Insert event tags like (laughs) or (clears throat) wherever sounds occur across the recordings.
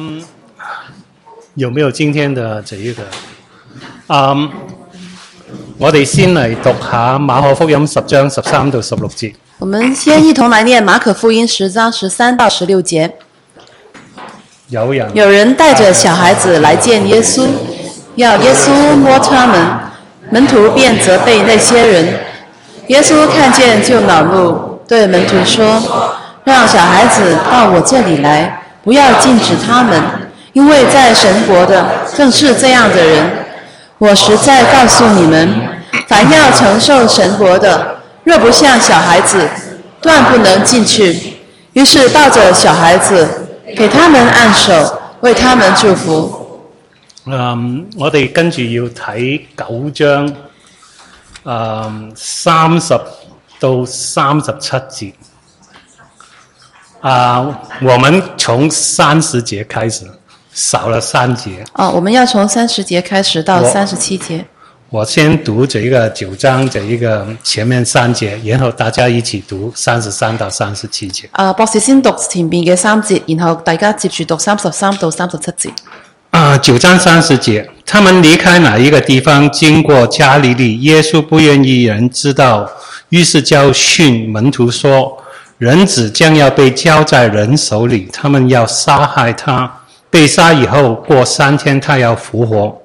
嗯，有沒有今天的這一個？嗯，我哋先嚟讀下馬可福音十章十三到十六節。我们先一同来念马可福音十章十三到十六节。有人有人带着小孩子来见耶稣，要耶稣摸他们，门徒便责备那些人。耶稣看见就恼怒，对门徒说：“让小孩子到我这里来，不要禁止他们，因为在神国的正是这样的人。我实在告诉你们，凡要承受神国的，若不像小孩子，断不能进去。”于是抱着小孩子，给他们按手，为他们祝福。嗯，我哋跟住要睇九章，嗯三十到三十七節。啊、我们从三十節开始，少了三節。啊，我们要从三十节开始到我三十七节。我先读这一个九章这一个前面三节，然后大家一起读三十三到三十七节。啊，博士先讀前面嘅三節，然後大家接住讀三十三到三十七節。啊、九章三十节，他们离开哪一个地方，经过加利利，耶稣不愿意人知道，于是教训门徒说：“人子将要被交在人手里，他们要杀害他。被杀以后，过三天他要复活。”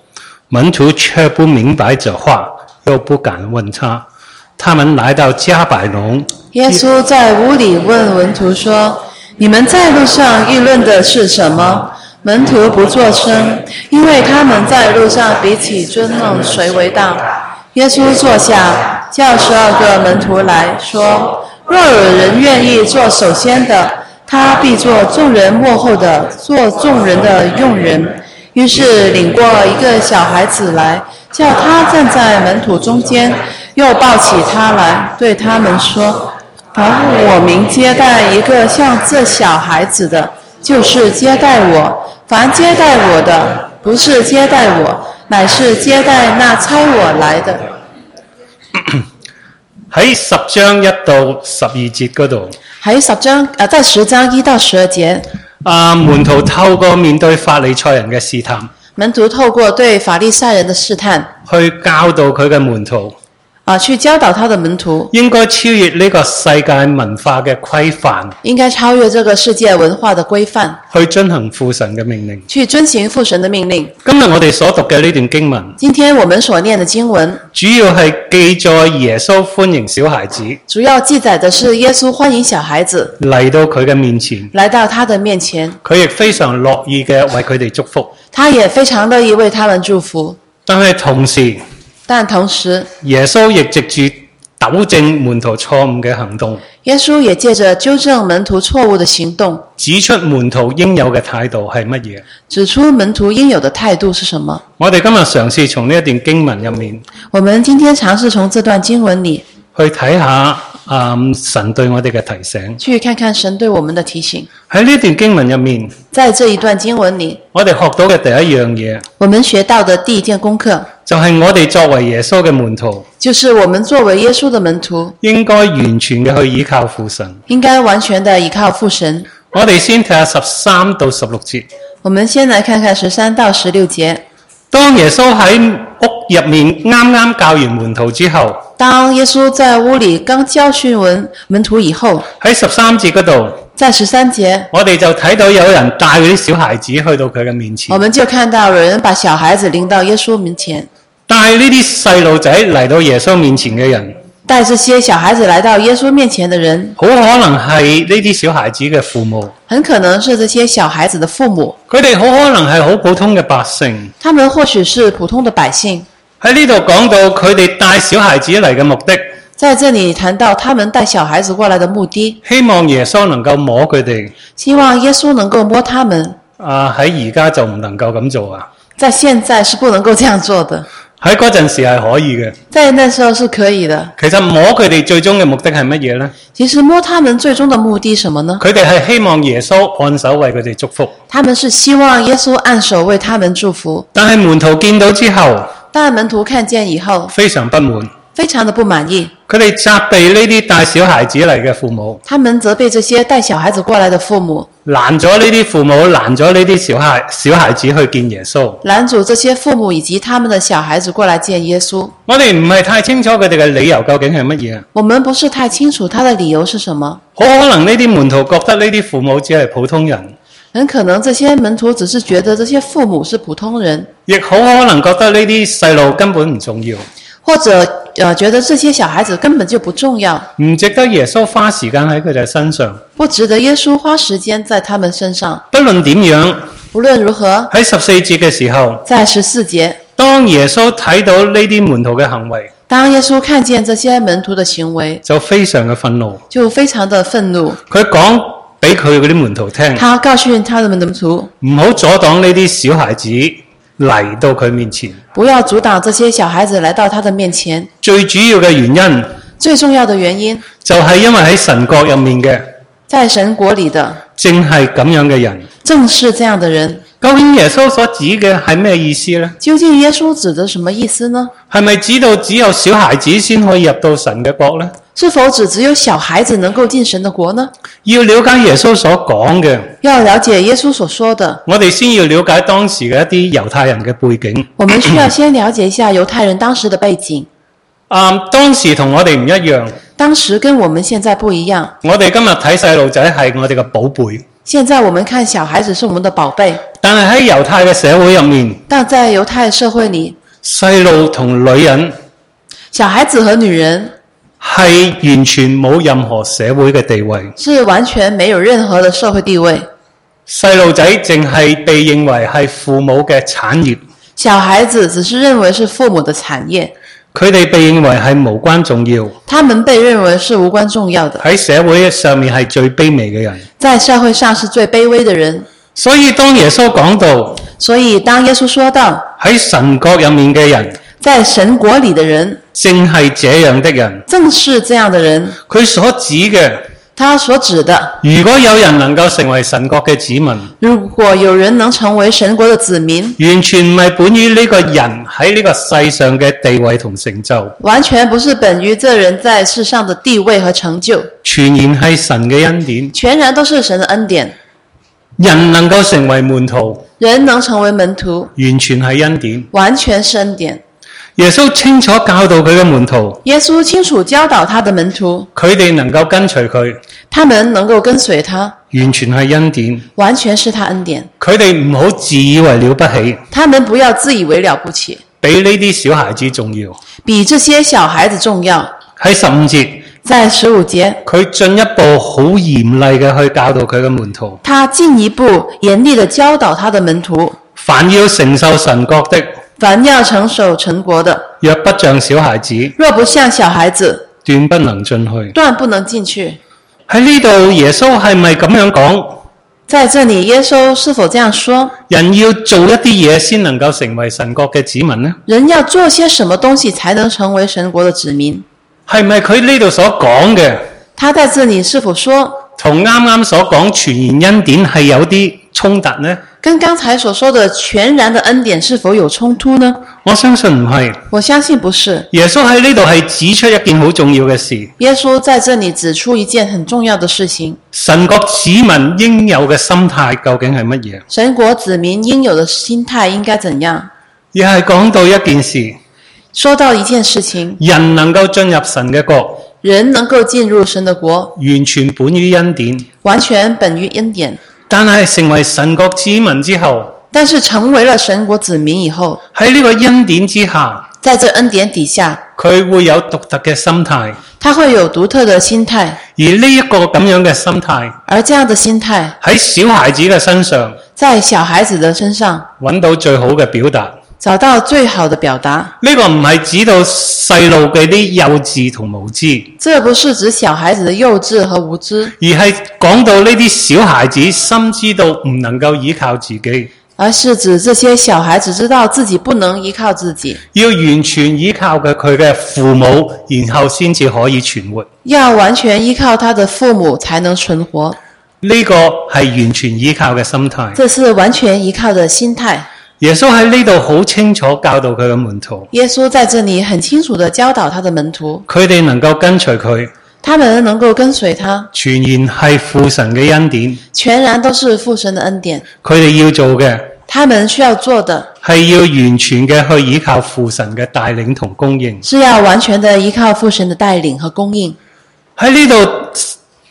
门徒却不明白这话，又不敢问他。他们来到加百农，耶穌在屋里問門徒說：你們在路上議論的是什麼？門徒不作聲，因為他們在路上彼此争论誰為大。耶穌坐下，叫十二个門徒來說：若有人願意做首先的，他必做众人幕后的，做众人的用人。于是领过一个小孩子来，叫他站在门徒中间，又抱起他来，对他们说：“凡我明接待一个像这小孩子的，就是接待我；凡接待我的，不是接待我，乃是接待那差我来的。喺十章一到十二节嗰度，”还有十章，呃，在十章一到十二节，啊門徒透過面對法利賽人嘅試探，门徒透过对法利赛人的试探，去教導佢嘅門徒啊，去教导他的门徒，應該超越呢個世界文化嘅規範，应该超越这个世界文化的规范，去遵行父神嘅命令。去遵行父神的命令。今日我哋所讀嘅呢段經文，今天我们所念的经文，主要係記載耶穌歡迎小孩子主要记载的是耶稣欢迎小孩子嚟到佢嘅面前，来到他的面前，佢亦非常樂意嘅為佢哋祝福。他也非常乐意为他们祝福。但係同時，但同时，耶穌亦藉住糾正門徒錯誤嘅行動，耶稣也借着纠正门徒错误的行动，指出門徒應有嘅態度係乜嘢。指出门徒应有的态度是什么。我哋今日嘗試從呢一段經文入面我们今天尝试从这段经文里去睇下，嗯，神對我哋嘅提醒。去看看神对我们的提醒。喺呢段經文入面，在这一段经文里，我哋學到嘅第一樣嘢，我们学到的第一件功课，就係我哋作為耶穌嘅門徒，就是我们作为耶稣的门徒，應該完全嘅去倚靠父神。应该完全的依靠父神。我哋先睇下十三到十六節。我们先来看看十三到十六节。當耶穌喺屋入面啱啱教完門徒之後，当耶稣在屋里刚教训完门徒以后，喺十三節嗰度，在十三节，我哋就睇到有人帶嗰啲小孩子去到佢嘅面前我，们就看到有人把小孩子领到耶稣面前，帶呢啲細路仔嚟到耶穌面前嘅人。带这些小孩子来到耶稣面前的人，好可能係呢啲小孩子嘅父母，很可能是这些小孩子的父母，佢哋好可能係好普通嘅百姓。他们或许是普通的百姓。喺呢度講到佢哋帶小孩子嚟嘅目的，在这里谈到他们带小孩子过来的目的，希望耶穌能夠摸佢哋。希望耶稣能够摸他们。啊，喺而家就唔能夠咁做啊！在现在是不能够这样做的，喺嗰陣時係可以嘅。在那时候是可以的。其實摸佢哋最終嘅目的係乜嘢呢？其实摸他们最终的目的是什么呢？佢哋係希望耶穌按手為佢哋祝福。他们是希望耶稣按手为他们祝福，但係門徒見到之後但门徒看见以后非常不滿，非常的不满意。佢哋責備呢啲帶小孩子嚟嘅父母，他们责备这些带小孩子过来的父母，攔咗呢啲父母，攔咗呢啲小孩小孩子去見耶穌。拦阻这些父母以及他们的小孩子过来见耶稣。我哋唔係太清楚佢哋嘅理由究竟係乜嘢。我们不是太清楚他的理由是什么，好可能呢啲門徒覺得呢啲父母只係普通人，很可能这些门徒只是觉得这些父母是普通人，亦好可能覺得呢啲細路根本唔重要，或者呃觉得这些小孩子根本就不重要，唔值得耶穌花時間喺佢哋身上。不值得耶稣花时间在他们身上。不論點樣，无论如何，喺十四節嘅時候，在十四节，當耶穌睇到呢啲門徒嘅行為，当耶稣看见这些门徒的行为，就非常嘅憤怒。就非常的愤怒。佢講俾佢嗰啲門徒聽，他教训他的门徒，唔好阻擋呢啲小孩子嚟到佢面前。不要阻挡这些小孩子来到他的面前。最主要嘅原因最重要的原因，就係因為喺神國入面嘅在神国里的正係咁樣嘅人。正是这样的人。究竟耶穌所指嘅係咩意思呢？究竟耶稣指的什么意思呢？係咪指到只有小孩子先可以入到神嘅國呢？是否指只有小孩子能够进神的国呢？要了解耶穌所講嘅，要了解耶稣所说的，我哋先要了解當時嘅一啲猶太人嘅背景。我们需要先了解一下犹太人当时的背景，啊、當時同我哋唔一樣。当时跟我们现在不一样。我哋今日睇細路仔係我哋嘅寶貝，现在我们看小孩子是我们的宝贝，但係喺猶太嘅社會入面，但在犹太社会里，細路同女人小孩子和女人係完全冇任何社會嘅地位。是完全没有任何的社会地位。細路仔淨係被認為係父母嘅產業，小孩子只是认为是父母的产业，佢哋被認為係無關重要，他们被认为是无关重要的，喺社會上面係最卑微嘅人。在社会上是最卑微的人。所以當耶穌講到所以，当耶稣说到喺神國入面嘅人，在神国里的人正係這樣的人，正是这样的人，佢所指嘅，他所指的，如果有人能夠成為神國嘅子民。如果有人能成为神国的子民，完全唔係本於呢個人喺呢個世上嘅地位同成就，完全不是本于这人在世上的地位和成就，全然係神嘅恩典。全然都是神的恩典。人能夠成為門徒，人能成为门徒，完全係恩典。完全是恩典。耶穌清楚教導佢嘅門徒，耶稣清楚教导他的门徒，佢哋能夠跟隨佢，他们能够跟随他，完全係恩典。完全是他恩典。佢哋唔好自以為了不起，他们不要自以为了不起，比呢啲小孩子重要。比这些小孩子重要。喺十五節，在十五节，佢進一步好嚴厲嘅去教導佢嘅門徒，他进一步严厉地教导他的门徒：凡要承受神國的，凡要承守成国的，若不像小孩子，若不像小孩子，斷不能進去。断不能进去。喺呢度，耶穌係咪咁樣講？在这里，耶稣是否这样说？人要做一啲嘢先能夠成為神國嘅子民呢？人要做些什么东西才能成为神国的子民？係咪佢呢度所講嘅，他在这里是否说同啱啱所講全然恩典係有啲衝突呢？跟刚才所说的全然的恩典是否有冲突呢？我相信唔係。我相信不是。耶穌喺呢度係指出一件好重要嘅事：耶稣在这里指出一件很重要的事情：神國子民應有嘅心態究竟係乜嘢？神国子民应有的心态应该怎样？亦係講到一件事，说到一件事情，人能夠進入神嘅國，人能够进入神的国，完全本於恩典，完全本于恩典。但係成為神國子民之後，但是成为了神国子民以后，喺呢個恩典之下。在这恩典底下，佢會有獨特嘅心態，而呢他会有独特的心态，一個咁樣嘅心態而这样的心态喺小孩子嘅身上在小孩子的身上揾到最好嘅表達。呢、找到最好的表达。個唔係指到細路嘅啲幼稚同無知，这不是指小孩子的幼稚和无知，而係講到呢啲小孩子深知道唔能夠依靠自己，而是指这些小孩子知道自己不能依靠自己，要完全依靠嘅佢嘅父母，然後先至可以存活。要完全依靠他的父母才能存活。呢、個係完全依靠嘅心態。这是完全依靠的心态。耶穌喺呢度好清楚教導佢嘅門徒，耶稣在这里很清楚地教导他的门徒，佢哋能夠跟隨佢，他们能够跟随他，全然係父神嘅恩典。全然都是父神的恩典。佢哋要做嘅他们需要做的係要完全嘅去依靠父神嘅帶領同供應。是要完全的依靠父神的带领和供应。喺呢度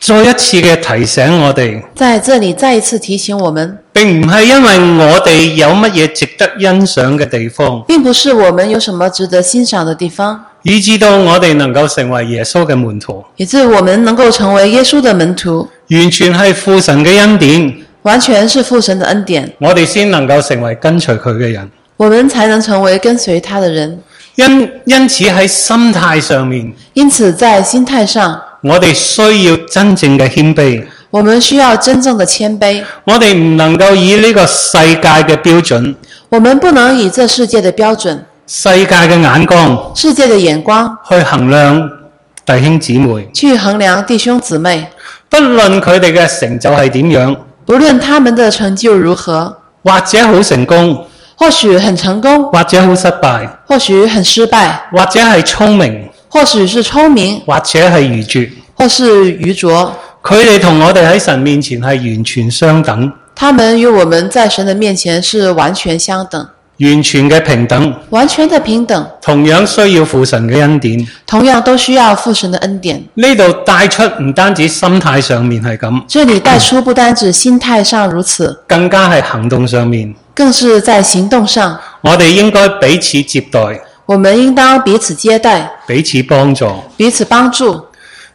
再一次嘅提醒我哋，在这里再一次提醒我们，並唔係因為我哋有乜嘢值得欣賞嘅地方，并不是我们有什么值得欣赏的地方，以至到我哋能夠成為耶穌嘅門徒，以致我们能够成为耶稣的门徒，完全係父神嘅恩典，完全是父神的恩典，我哋先能夠成為跟隨佢嘅人。我们才能成为跟随他的人。因因此喺心態上面，因此，在心态上，我哋需要真正嘅謙卑，我们需要真正的谦卑，我哋唔能夠以呢個世界嘅標準、我们不能以这世界的标准、世界嘅眼光世界的眼光去衡量弟兄姊妹，去衡量弟兄姊妹，不論佢哋嘅成就係點樣，不论他们的成就如何，或者好成功，或许很成功，或者好失敗。或许很失败，或者係聰明，或许是聪明，或者係愚拙。或是愚拙，佢哋同我哋喺神面前係完全相等，他们与我们在神的面前是完全相等，完全嘅平等，完全的平等，同樣需要父神嘅恩典。同样都需要父神的恩典。呢度帶出唔單止心態上面係咁，这里带出不单指心态上如此，更加係行動上面，更是在行动上，我哋應該彼此接待，我们应当彼此接待，彼此幫助。彼此帮助。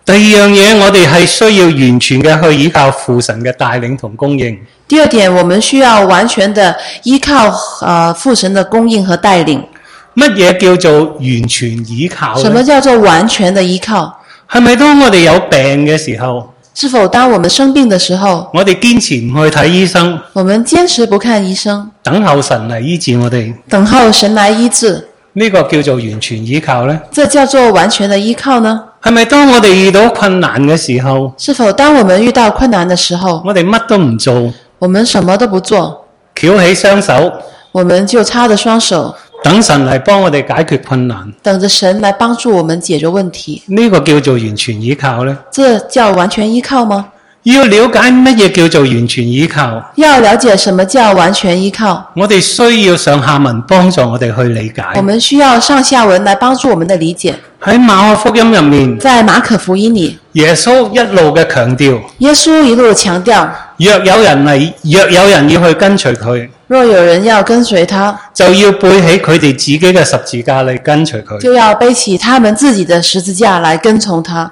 第二樣嘢，我哋係需要完全嘅去依靠父神嘅帶領同供應。第二点，我们需要完全的依靠呃父神的供应和带领。乜嘢叫做完全依靠什么呢？叫做完全的依靠？係咪當我哋有病嘅時候，是否当我们生病的时候，我哋堅持唔去睇醫生？我们坚持不看医生，等候神嚟醫治我哋，等候神来医治，呢、個叫做完全依靠呢？这叫做完全的依靠呢？係咪當我哋遇到困難嘅時候，是否当我们遇到困难的时候，我哋乜都唔做，我们什么都不做，翹起雙手，我们就插着双手，等神嚟幫我哋解決困難？等着神来帮助我们解决问题？呢、個叫做完全依靠呢？这叫完全依靠吗？要了解乜嘢叫做完全依靠，要了解什么叫完全依靠，我哋需要上下文幫助我哋去理解。我们需要上下文来帮助我们的理解。喺馬可福音入面，在马可福音里，耶穌一路嘅強調，耶稣一路强调，若有人嚟，若有人要去跟隨佢，若有人要跟随他，就要背起佢哋自己嘅十字架嚟跟隨佢。就要背起他们自己的十字架来跟从他。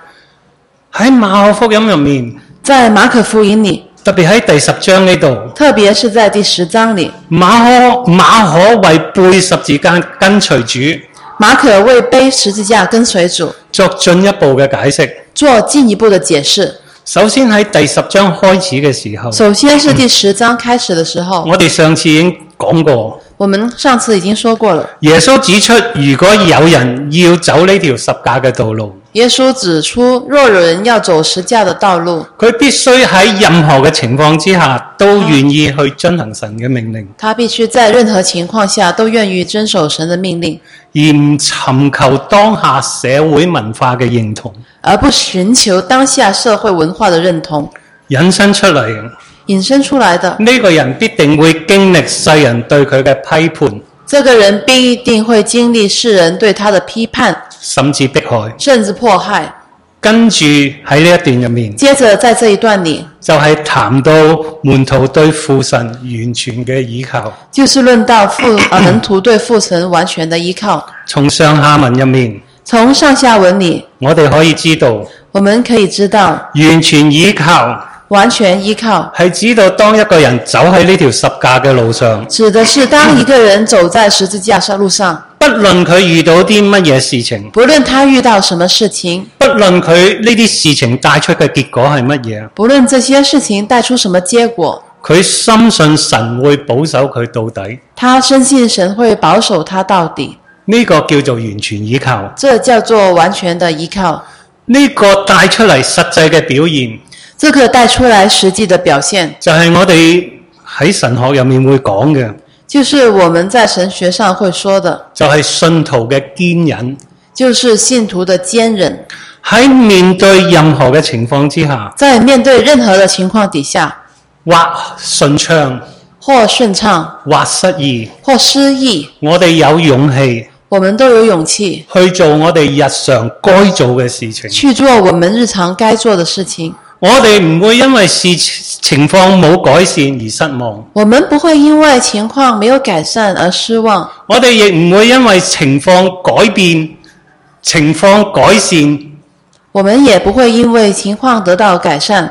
喺馬可福音入面，在马可福音里，特別喺第十章呢度，特别是在第十章里，馬可馬可為背十字架跟隨主马可为背十字架跟随主作進一步嘅解釋。做进一步的解释。首先喺第十章開始嘅時候，首先是第十章开始的时候，我哋上次已經講過，我们上次已经说过了，耶穌指出，如果有人要走呢條十架嘅道路，耶稣指出，若有人要走十架的道路，佢必須喺任何嘅情況之下都願意去遵行神嘅命令，他必须在任何情况下都愿意遵守神的命令，而唔尋求當下社會文化嘅認同，而不寻求当下社会文化的认同。引申出嚟。引申出来的，呢個人必定會經歷世人對佢嘅批判，这个人必定会经历世人对他的批判。甚至迫害。甚至迫害。跟住喺呢一段入面，接着在这一段里，就係、談到門徒對父神完全嘅倚靠。就是论到父呃门徒对父神完全的依靠。從上下文入面，从上下文里，我哋可以知道，我们可以知道，完全倚靠完全依靠係指到當一個人走喺呢條十架嘅路上，指的是当一个人走在十字架上路上，不論佢遇到啲乜嘢事情，不论他遇到什么事情，不論佢呢啲事情帶出嘅結果係乜嘢，不论这些事情带出什么结果，佢深信神會保守佢到底。他深信神会保守他到底。呢、個叫做完全倚靠。这叫做完全的依靠。呢個帶出嚟實際嘅表現，这个带出来实际的表现，就係我哋喺神學入面會講嘅，就是我们在神学上会说的，就係信徒嘅堅忍。就是信徒的坚忍，喺面對任何嘅情況之下，在面对任何的情况底下，或順暢，或顺畅，或失意，或失意，我哋有勇氣我们都有勇气去做我哋日常該做嘅事情。去做我们日常该做的事情。我哋唔會因為事情況冇改善而失望，我们不会因为情况没有改善而失望，我哋亦唔會因為情況改變、情況改善我们也不会因为情况得到改善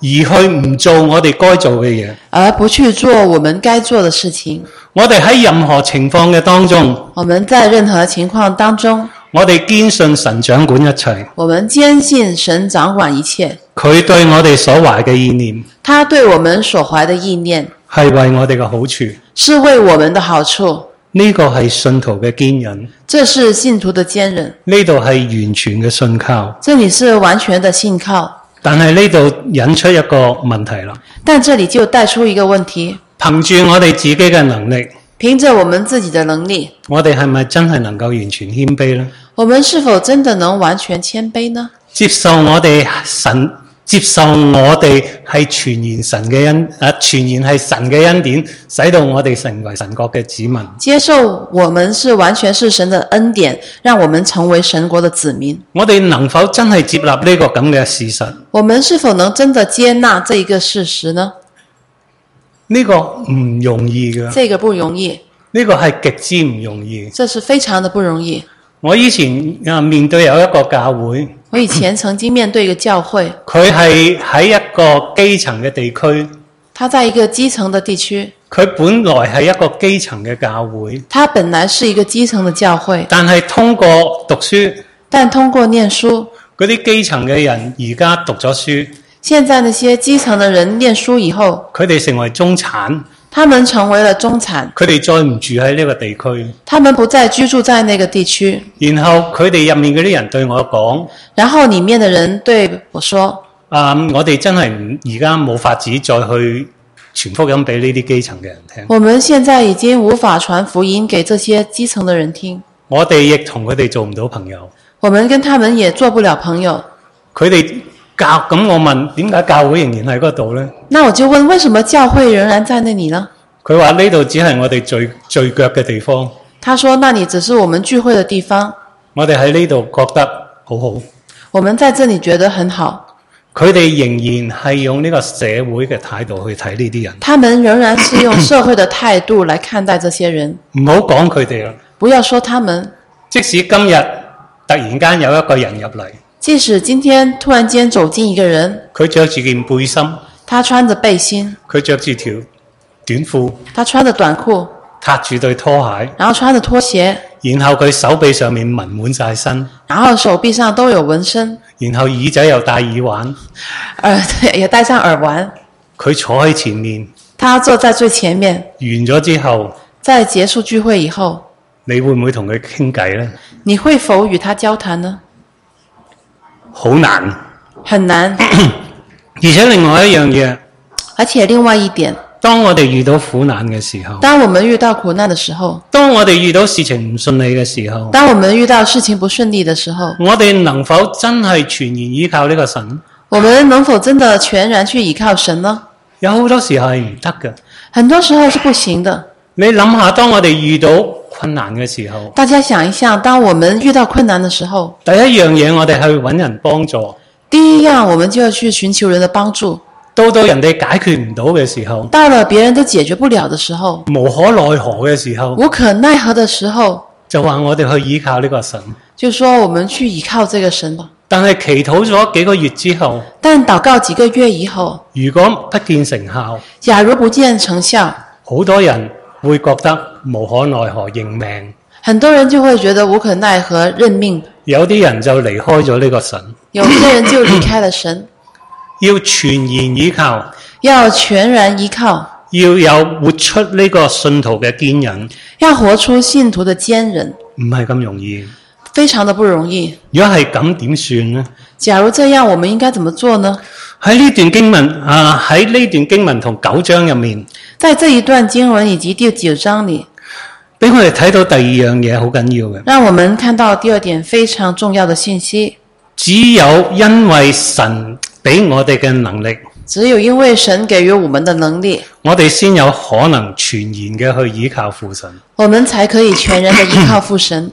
而去唔做我哋該做嘅嘢。而不去做我们该做的事情。我哋喺任何情況嘅當中，我们在任何情况当中，我哋堅信神掌管一切，我们坚信神掌管一切，佢對我哋所懷嘅意念他对我们所怀的意念係為我哋嘅好處。是为我们的好处。呢、個係信徒嘅堅忍，这是信徒的坚忍，呢度係完全嘅信靠。这里是完全的信靠。但係呢度引出一個問題啦，但这里就带出一个问题：憑住我哋自己嘅能力，凭着我们自己的能力，我哋係咪真係能夠完全謙卑呢？我们是否真的能完全谦卑呢？接受我哋神，接受我哋係全然神嘅恩，啊全然係神嘅恩典，使到我哋成為神國嘅子民。接受我们是完全是神的恩典，让我们成为神国的子民。我哋能否真係接納呢個咁嘅事實？我们是否能真的接纳这一个事实呢？呢、個唔容易㗎，这个不容易，呢個係極之唔容易。这是非常的不容易。我以前啊面對有一個教會，我以前曾经面对一个教会，佢係喺一個基層嘅地區，它在一个基层的地区，佢本來係一個基層嘅教會，它本来是一个基层的教会，但係通過讀書，但通过念书，嗰啲基層嘅人而家讀咗書，现在那些基层的人念书以后，佢哋成為中產，他们成为了中产，佢哋再唔住喺呢個地他们不再居住在那个地区。區，然後佢哋入面嗰啲人對我講：然后里面的人对我说啊、我哋真係唔而家冇法子再去傳福音俾呢啲基層嘅人聽。：“我们現在已经无法传福音给这些基层的人听，我哋亦同佢哋做唔到朋友。我们跟他们也做不了朋友。佢哋教咁，我問點解教會仍然喺嗰度呢？」那我就问，为什么教会仍然在那里呢？佢話呢度只係我哋聚聚腳嘅地方，他说：“那里只是我们聚会的地方，我哋喺呢度覺得好好。我们在这里觉得很好。佢哋仍然係用呢個社會嘅態度去睇呢啲人，他们仍然是用社会的态度来看待这些人，唔好講佢哋啦。不要说他们。即使今日突然間有一個人入嚟，即使今天突然间走进一个人，佢着住件背心，他穿着背心，佢着住條短褲，他穿着短裤，踏住對拖鞋，然后穿着拖鞋，然後佢手臂上面紋滿晒身，然后手臂上都有纹身，然後耳仔又戴耳環，耳 (laughs) 也戴上耳环。佢坐喺前面。他坐在最前面。完咗之後，在结束聚会以后，你會唔會同佢傾偈呢？你会否与他交谈呢？好難。很难。而且另外一樣嘢，而且另外一点，當我哋遇到苦難嘅時候，当我们遇到苦难的时候，當我哋遇到事情唔順利嘅時候，当我们遇到事情不顺利的时候，我哋能否真係全然依靠呢個神？我们能否真的全然去倚靠神呢？有好多時候係唔得嘅。很多时候是不行的。你諗下，當我哋遇到困難嘅時候，大家想一想，当我们遇到困难的时候，第一樣嘢我哋去揾人幫助，第一样我们就要去寻求人的帮助。到到人哋解決唔到嘅時候，到了别人都解决不了的时候，無可奈何嘅時候，无可奈何的时候，就話我哋去依靠呢個神。就说我们去倚靠这个神吧。但係祈禱咗幾個月之後，但祷告几个月以后，如果不見成效，假如不见成效，好多人會覺得無可奈何認命，很多人就会觉得无可奈何，认命。有啲人就離開咗呢個神。有些人就离开了神，要全然倚靠，要全然依靠，要有活出呢個信徒嘅堅忍，要活出信徒的坚忍，唔係咁容易。非常的不容易。如果係咁點算呢？假如这样，我们应该怎么做呢？喺呢段經文啊，喺呢段經文同九章入面，在这一段经文以及第九章里，俾我哋睇到第二樣嘢好緊要嘅。让我们看到第二点非常重要的信息：只有因為神俾我哋嘅能力，只有因为神给予我们的能力，我哋先有可能全然嘅去倚靠父神。我们才可以全然的依靠父神。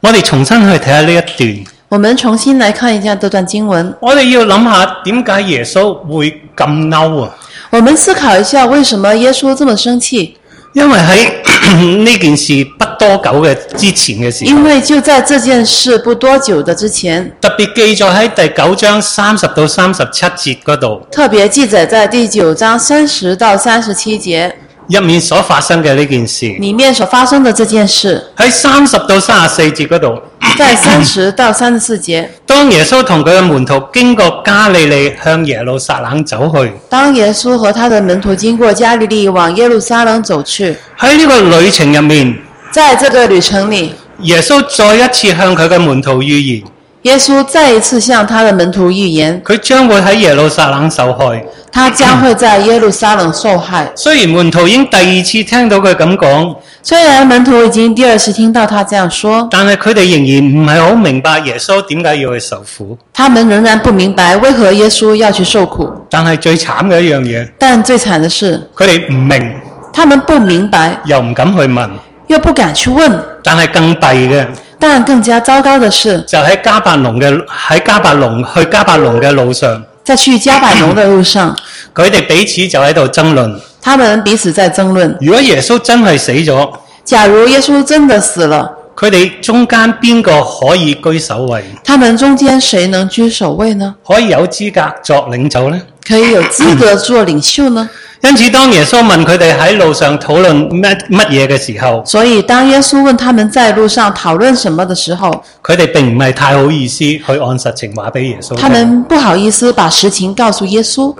我哋重新去睇下呢一段，我们重新来看一下这段经文，我哋要諗下點解耶穌會咁嬲啊？我们思考一下为什么耶稣这么生气？因為喺 (clears throat) 呢件事不多久嘅之前嘅事，因为就在这件事不多久的之前，特別記載喺第九章三十到三十七節嗰度特别记载在第九章三十到三十七节入面所發生嘅呢件事。里面所发生的这件事，喺三十到三十四節嗰度，在 (clears throat) 三十到三十四节，當耶穌同佢嘅門徒經過加利利向耶路撒冷走去，当耶稣和他的门徒经过加利利往耶路撒冷走去，喺呢個旅程入面，在这个旅程里，耶穌再一次向佢嘅門徒預言，耶稣再一次向他的门徒预言，佢將會喺耶路撒冷受害。他将会在耶路撒冷受害。雖然門徒已經第二次聽到佢咁講，虽然门徒已经第二次听到他这样说，但係佢哋仍然唔係好明白耶穌點解要去受苦。他们仍然不明白为何耶稣要去受苦。但係最慘嘅一樣嘢，但最惨的是，佢哋唔明他们不明白，又唔敢去問。又不敢去问。但係更弊嘅但更加糟糕的是，就喺加百隆嘅喺加百隆去加百隆嘅路上。在去加百农的路上，佢哋彼此就喺度爭論。他们彼此在争论：如果耶穌真係死咗，假如耶稣真的死了，佢哋中間邊個可以居首位，他们中间谁能居首位呢？可以有資格作領袖呢？可以有资格做领袖呢？因此，當耶穌問佢哋喺路上討論乜乜嘢嘅時候，所以，当耶稣问他们在路上讨论什么的时候，佢哋並唔係太好意思去按實情話俾耶穌聽。他们不好意思把实情告诉耶稣。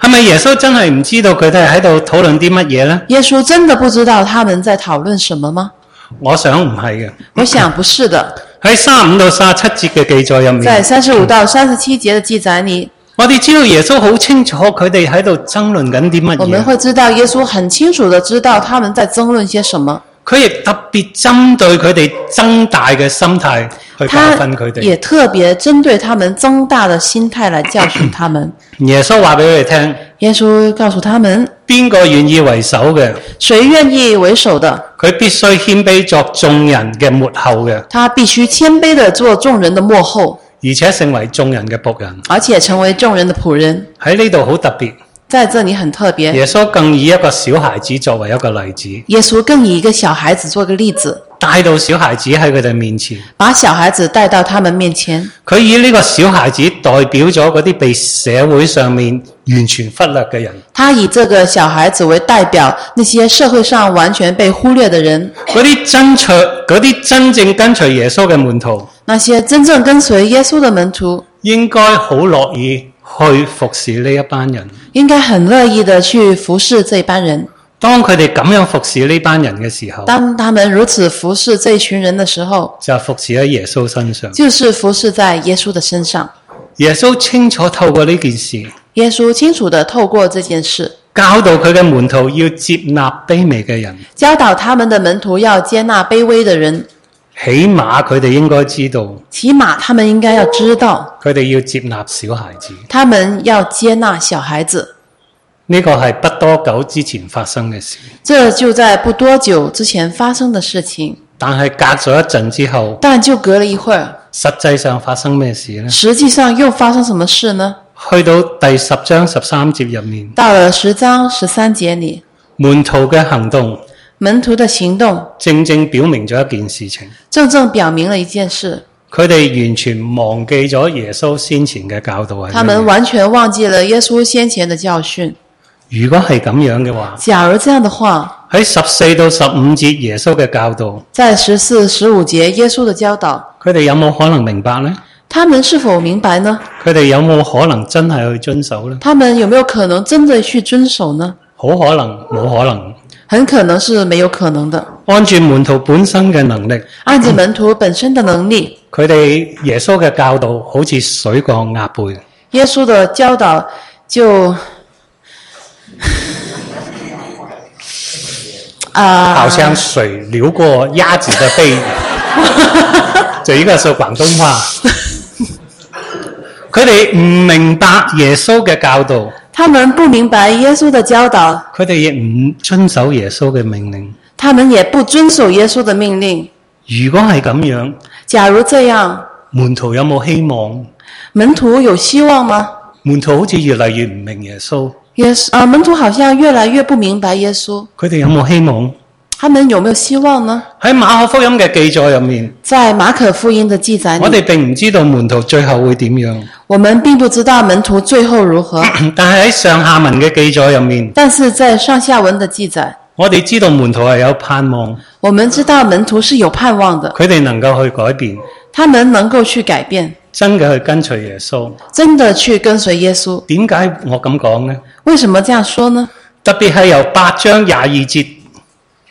係咪耶穌真係唔知道佢哋喺度討論啲乜嘢呢？耶稣真的不知道他们在讨论什么吗？我想唔係嘅。我想不是的。喺三五到三七節嘅記載入在面，三十五到三十七节的记载里，我哋知道耶穌好清楚佢哋喺度爭論緊啲乜我们嘢。会知道耶稣很清楚的知道他们在争论些什么，佢亦特別針對佢哋增大嘅心態去教他訓佢哋。也特别针对他们增大的心态来教训他 (coughs) 们。耶穌話俾佢哋耶稣告诉他们，聽：邊個願意為首嘅，谁愿意为首的，佢必須謙卑作眾人嘅末後嘅，他必须谦卑的做众人的幕后，而且成為眾人嘅仆人。而且成为众人的仆人。喺呢度好特別，在这里很特别，耶穌更以一個小孩子作為一個例子，耶稣更以一个小孩子做个例子，帶到小孩子喺佢哋面前。把小孩子带到他们面前。佢以呢個小孩子代表咗嗰啲被社會上面完全忽略嘅人，他以这个小孩子为代表，那些社会上完全被忽略的人，嗰啲真隨嗰啲真正跟隨耶穌嘅門徒。那些真正跟随耶稣的门徒，應該好樂意去服侍呢一班人。应该很乐意的去服侍这班人。當佢哋咁樣服侍呢班人嘅時候，当他们如此服侍这群人的时候，就係服侍喺耶穌身上。就是服侍在耶稣的身上。耶穌清楚透過呢件事，耶稣清楚的透过这件事，教導佢嘅門徒要接納卑微嘅人，教导他们的门徒要接纳卑微的人，起碼佢哋應該知道，起码他们应该要知道，佢哋要接納小孩子。他们要接纳小孩子。呢、個係不多久之前發生嘅事，这就在不多久之前发生的事情，但係隔咗一陣之後，但就隔了一会儿，實際上發生咩事呢？实际上又发生什么事呢？去到第十章十三節入面，到了十章十三节里，門徒嘅行動门徒的行动正正表明咗一件事情。正正表明了一件事：佢哋完全忘記咗耶穌先前嘅教導係他乜们嘢。完全忘记了耶稣先前的教训。如果係咁樣嘅話，假如这样的话，喺十四到十五節耶穌嘅教導，在十四、十五节耶稣的教导，佢哋有冇可能明白呢？他们是否明白呢？佢哋有冇可能真係去遵守呢？他们有没有可能真的去遵守呢？好可能冇可能。很可能是没有可能的。按住門徒本身嘅能力，按着门徒本身的能力，佢哋耶穌嘅教導好似水過鴨背，耶稣的教导就 (laughs) 啊，好像水流过鸭子的背。这一个是广东话。佢哋唔明白耶穌嘅教導，他们不明白耶稣的教导，佢哋亦唔遵守耶穌嘅命令。他们也不遵守耶稣的命令。如果係咁樣，假如这样，門徒有冇希望？门徒有希望吗？門徒好似越嚟越唔明耶穌，耶稣啊，门徒好像越来越不明白耶稣，佢哋有冇希望？他们有没有希望呢？喺馬可福音嘅記載入面，在马可福音的记载我里，哋並唔知道門徒最後會點樣，我们并不知道门徒最后如何，但係喺上下文嘅記載入面，但是在上下文的记载，我哋知道門徒係有盼望，我们知道门徒是有盼望的，佢哋能夠去改變，他们能够去改变，真嘅去跟隨耶穌。真的去跟随耶稣。點解我咁講呢？为什么这样说呢？特別係由八章廿二節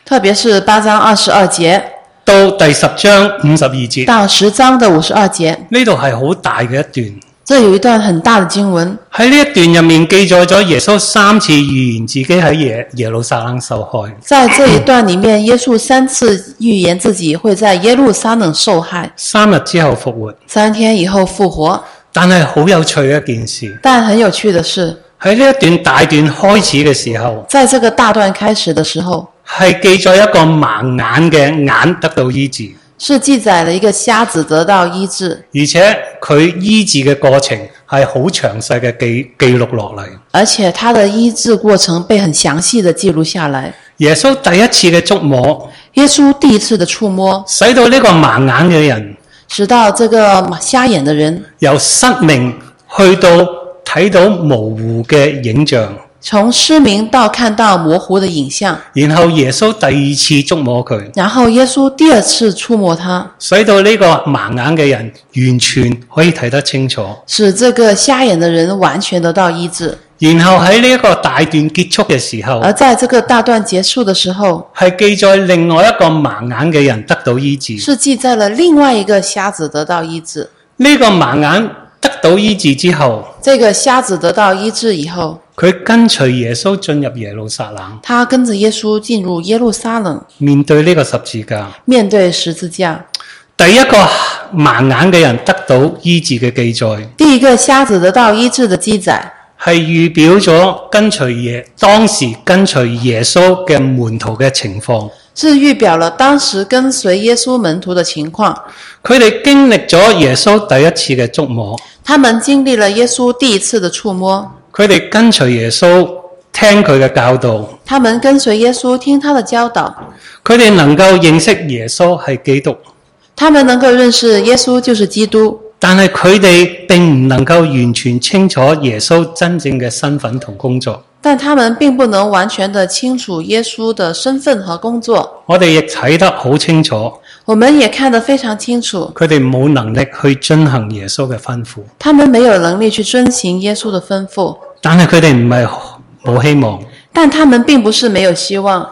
特别是八章二十二节到第十章五十二節。到十章的五十二节，呢度係好大嘅一段，这有一段很大的经文。喺呢一段入面記載咗耶穌三次預言自己喺耶耶路撒冷受害，在这一段里面，耶稣三次预言自己会在耶路撒冷受害，三日之後復活。三天以后复活。但係好有趣嘅一件事，但很有趣的是，喺呢一段大段開始嘅時候，在这个大段开始的时候，係記載一個盲眼嘅眼得到醫治，是记载了一个瞎子得到医治，而且佢醫治嘅過程係好詳細嘅記記錄落嚟。而且他的医治过程被很详细的记录下来。耶穌第一次嘅觸摸，耶稣第一次的触摸，使到呢個盲眼嘅人直到这个瞎眼的人由失明去到睇到模糊嘅影像。从失明到看到模糊的影像，然後耶穌第二次觸摸佢，然后耶稣第二次触摸他，使到呢個盲眼嘅人完全可以睇得清楚。使这个瞎眼的人完全得到医治。然後喺呢一個大段結束嘅時候，而在这个大段结束的时候，係記載另外一個盲眼嘅人得到醫治。是记载了另外一个瞎子得到医治。呢、個盲眼得到醫治之後，这个瞎子得到医治以后，佢跟隨耶穌進入耶路撒冷，他跟着耶稣进入耶路撒冷，面對呢個十字架。面对十字架。第一個盲眼嘅人得到醫治嘅記載，第一个瞎子得到医治的记载，係預表咗跟隨耶當時跟隨耶穌嘅門徒嘅情況。是预表了当时跟随耶稣门徒的情况。佢哋經歷咗耶穌第一次嘅觸摸，他们经历了耶稣第一次的触摸，佢哋跟隨耶穌聽佢嘅教導，他们跟随耶稣听他的教导，佢哋能夠認識耶穌係基督，他们能够认识耶稣就是基督，但係佢哋並唔能夠完全清楚耶穌真正嘅身份同工作。但他们并不能完全的清楚耶稣的身份和工作。我哋亦睇得好清楚，我们也看得非常清楚，佢哋冇能力去遵行耶穌嘅吩咐，他们没有能力去遵行耶稣的吩咐，但係佢哋唔係冇希望。但他们并不是没有希望。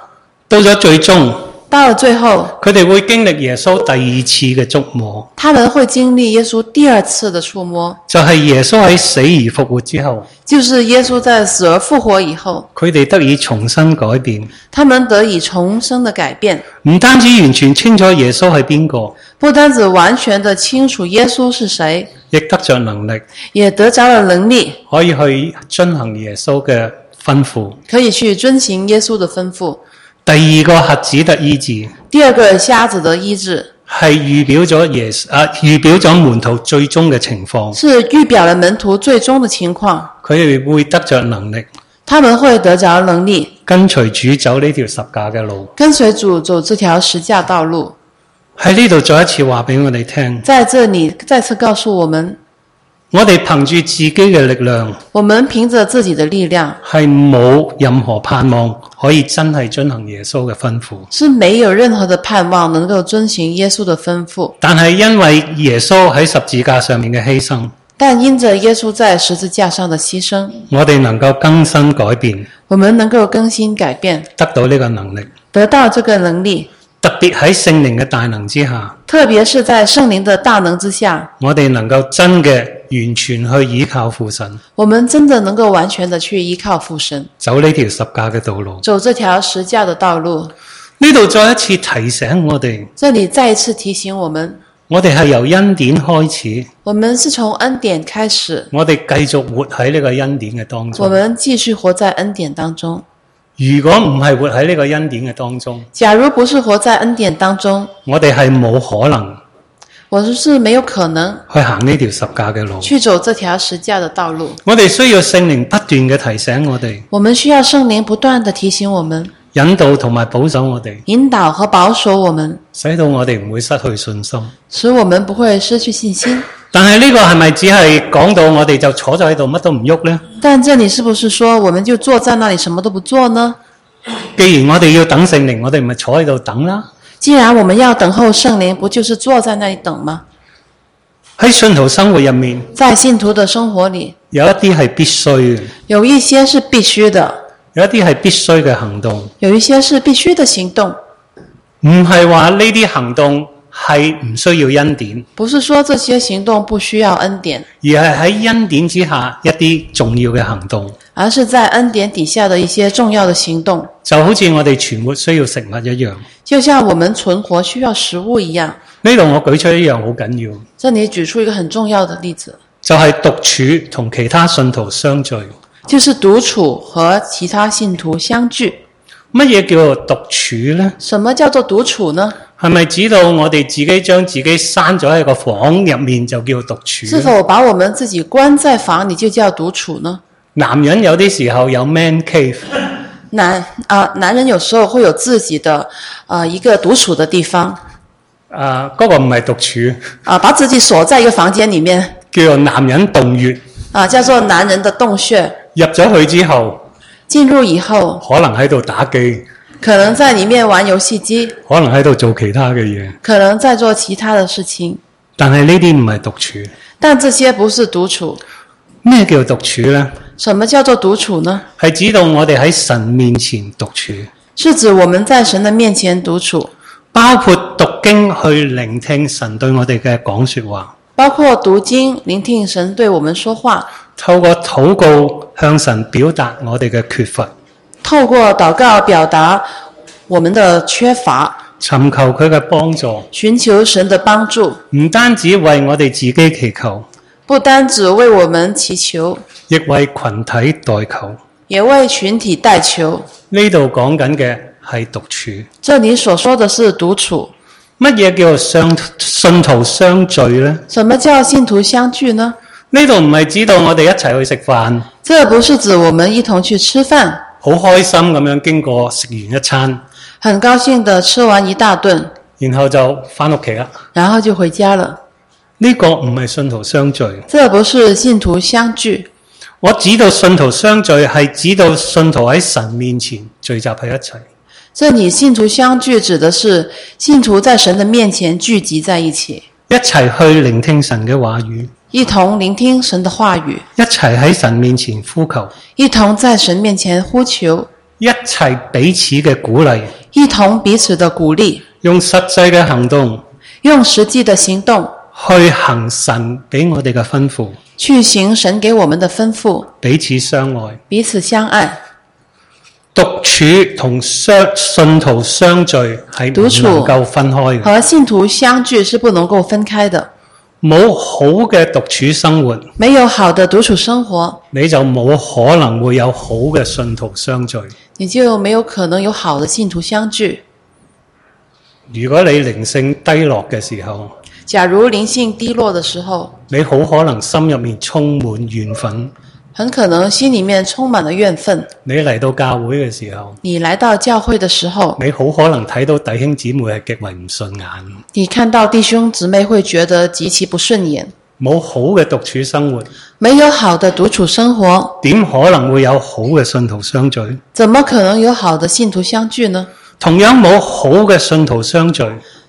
到咗最終，到了最後，佢哋會經歷耶穌第二次嘅觸摸，他们会经歷耶穌第二次的触摸，就係耶穌喺死而復活之後。就是耶穌在死而复活以后，佢哋得以重新改變，他们得以重生的改變，唔單止完全清楚耶穌係邊個，不单只完全的清楚耶穌是谁，亦得着能力也得着了能力，可以去遵行耶穌嘅吩咐。可以去遵行耶穌的吩咐。第二個核子得醫治第二個瞎子的医治，係預表咗耶啊預表咗門徒最終嘅情況，是预表了门徒最终的情况，佢哋會得着能力他们会得着能力，跟隨主走呢條十架嘅路。跟随主走这条十架道路。喺呢度再一次話俾我哋聽，在这里再次告诉我们，我哋憑住自己嘅力量我们凭着自己的力量係冇任何盼望可以真係遵行耶穌嘅吩咐。是没有任何的盼望能够遵行耶稣的吩咐，但係因為耶穌喺十字架上面嘅犧牲，但因着耶稣在十字架上的犧牲，我哋能夠更新改變，我们能够更新改变，得到呢個能力。得到这个能力。特別喺聖靈嘅大能之下，特别是在圣灵的大能之下，我哋能夠真嘅完全去倚靠父神，我们真的能够完全的去依靠父神，走呢條十架嘅道路。走这条实价的道路。呢度再一次提醒我哋，这里再一次提醒我们，我哋係由恩典開始，我们是从恩典开始，我哋繼續活喺呢個恩典嘅當我中。们继续活在恩典当中。如果唔係活喺呢個恩典嘅當中，假如不是活在恩典当中，我哋係冇可能我们是没有可能去行呢條十架嘅路。去走这条实价的道路。我哋需要聖靈不斷嘅提醒我哋，我们需要圣灵不断的提醒我们、引導同埋保守我哋，引导和保守我们，使到我哋唔會失去信心。使我们不会失去信心。但係呢個係咪只係講到我哋就坐咗喺度乜都唔喐呢？但这里是不是说我们就坐在那里什么都不做呢？既然我哋要等聖靈，我哋咪坐喺度等啦。既然我们要等候圣灵，不就是坐在那里等吗？喺信徒生活入面，在信徒的生活里，有一啲係必須嘅，有一些是必须的，有一啲係必須嘅行動，有一些是必须的行动。唔係話呢啲行動係唔需要恩典，不是说这些行动不需要恩典，而係喺恩典之下一啲重要嘅行動，而是在恩典底下的一些重要的行动，就好似我哋存活需要食物一樣。就像我们存活需要食物一样。呢度我舉出一樣好緊要，这里举出一个很重要的例子，就係獨處同其他信徒相聚。就是独处和其他信徒相聚。乜嘢叫做獨處呢？什么叫做独处呢？係咪指到我哋自己將自己閂咗喺個房入面就叫獨是處呢？否把我们自己关在房里就叫独处呢？男人有啲時候有 man cave，男啊、男人有时候会有自己的呃一个独处的地方啊、嗰、個唔係獨處，啊、把自己锁在一个房间里面叫做男人洞穴。啊、叫做男人的洞穴。入咗去之後，进入以后，可能喺度打機，可能在里面玩游戏机，可能喺度做其他嘅嘢，可能在做其他的事情，但係呢啲唔係獨處。但这些不是独处。咩叫獨處呢？什么叫做独处呢？係指到我哋喺神面前獨處，是指我们在神的面前独处，包括讀經去聆聽神對我哋嘅講说話，包括读经、聆听神对我们说话，透過禱告向神表達我哋嘅缺乏。透过祷告表达我们的缺乏，尋求佢嘅幫助，寻求神的帮助，唔單止為我哋自己祈求，不单只为我们祈求，亦為群體代求。也为群体代求。呢度講緊嘅係獨處。这里所说的是独处。乜嘢叫做相信徒相聚呢？什么叫信徒相聚呢？呢度唔係指到我哋一齊去食飯，这不是指我们一同去吃饭，好開心咁樣經過食完一餐，很高兴的吃完一大顿，然後就翻屋企啦。然后就回家了。呢、個唔係信徒相聚。这不是信徒相聚。我指到信徒相聚係指到信徒喺神面前聚集喺一齊。这里信徒相聚指的是信徒在神的面前聚集在一起，一齊去聆聽神嘅話語，一同聆听神的话语，一齊喺神面前呼求，一同在神面前呼求，一齊彼此嘅鼓勵，一同彼此的鼓励，用實際嘅行動用实际的行动去行神俾我哋嘅吩咐，去行神给我们的吩咐，彼此相愛。彼此相爱。獨處同相信徒相聚係唔獨處能夠分開嘅，和信徒相聚是不能够分開的。冇好嘅獨處生活，没有好的独处生活，你就冇可能會有好嘅信徒相聚。你就没有可能有好的信徒相聚。如果你靈性低落嘅時候，假如灵性低落的时候，你好可能心入面充滿怨憤。很可能心里面充满了怨愤。你嚟到教會嘅時候，你来到教会的时候，你好可能睇到弟兄姊妹係極為唔順眼，你看到弟兄姊妹会觉得极其不顺眼。冇好嘅獨處生活，没有好的独处生活，點可能會有好嘅信徒相聚？怎么可能有好的信徒相聚呢？同樣冇好嘅信徒相聚，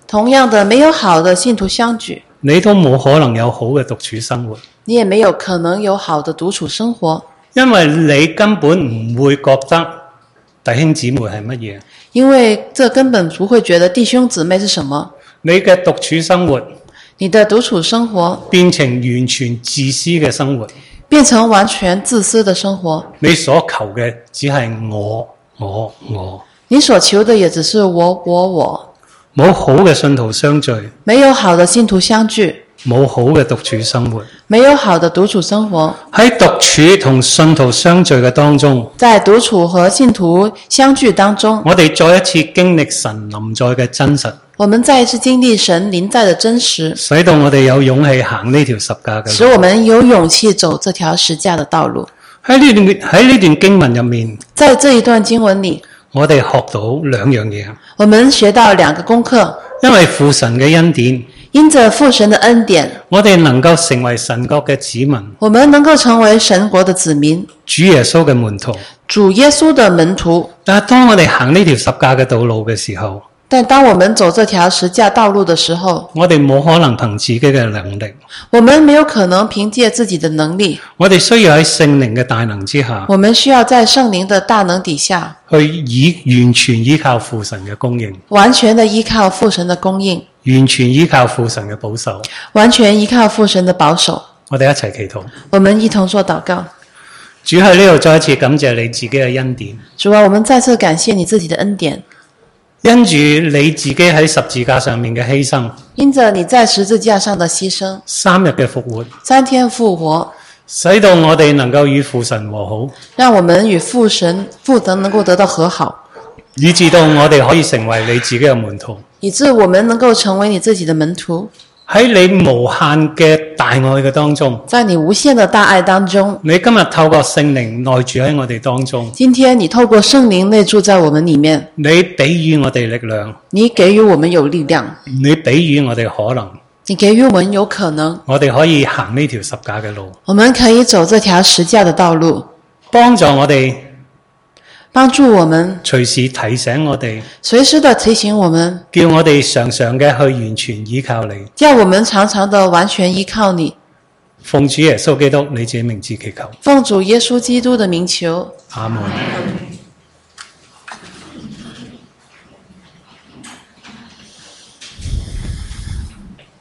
同样的，没有好的信徒相聚，你都冇可能有好嘅獨處生活，你也没有可能有好的独处生活，因為你根本唔會覺得弟兄姊妹係乜嘢，因为这根本不会觉得弟兄姊妹是什么。你嘅獨處生活你的独处生活變成完全自私嘅生活，变成完全自私的生活，你所求嘅只係我、我、我，你所求的也只是我、我、我，冇好嘅信徒相聚，没有好的信徒相聚，冇好嘅獨處生活。没有好的独处生活。喺獨處同信徒相聚嘅當中，在独处和信徒相聚当中，我哋再一次經歷神臨在嘅真實，我们再一次经历神临在的真实，使到我哋有勇氣行呢條十架嘅使路。我们有勇气走这条十架的道路。喺呢段喺呢段經文入面，在这一段经文里，我哋學到兩樣嘢，我们学到两个功课：因為父神嘅恩典，因着父神的恩典，我哋能夠成為神國嘅子民，我们能够成为神国的子民，主耶穌嘅門徒。主耶稣的门徒。但係當我哋行呢條十架嘅道路嘅時候，但当我们走这条十架道路的时候，我哋冇可能憑自己嘅能力，我们没有可能凭借自己的能力，我哋需要喺聖靈嘅大能之下，我们需要在圣灵的大能底下，去以完全依靠父神嘅供應，完全的依靠父神的供应，完全依靠父神嘅保守。完全依靠父神的保守。我哋一齊祈禱。我们一同做禱告，主喺呢度再一次感謝你自己嘅恩典，主啊，我们再次感谢你自己的恩典，因住你自己喺十字架上面嘅犧牲，因着你在十字架上的牺牲，三日嘅復活，三天复活，使到我哋能夠與父神和好，让我们与父神父神能够得到和好，以至到我哋可以成為你自己嘅門徒。以致我们能够成为你自己的门徒。喺你無限嘅大愛嘅當中，在你无限的大爱当中，你今日透過聖靈內住喺我哋當中，今天你透过圣灵内住在我们里面，你俾予我哋力量，你给予我们有力量，你俾予我哋可能，你给予我们有可能，我哋可以行呢條十架嘅路，我们可以走这条实价的道路，幫助我哋帮助我们，隨時提醒我哋，随时的提醒我们，叫我哋常常嘅去完全依靠你。叫我们常常的完全依靠你。奉主耶穌基督你自己名字祈求，奉主耶稣基督的名求，阿門。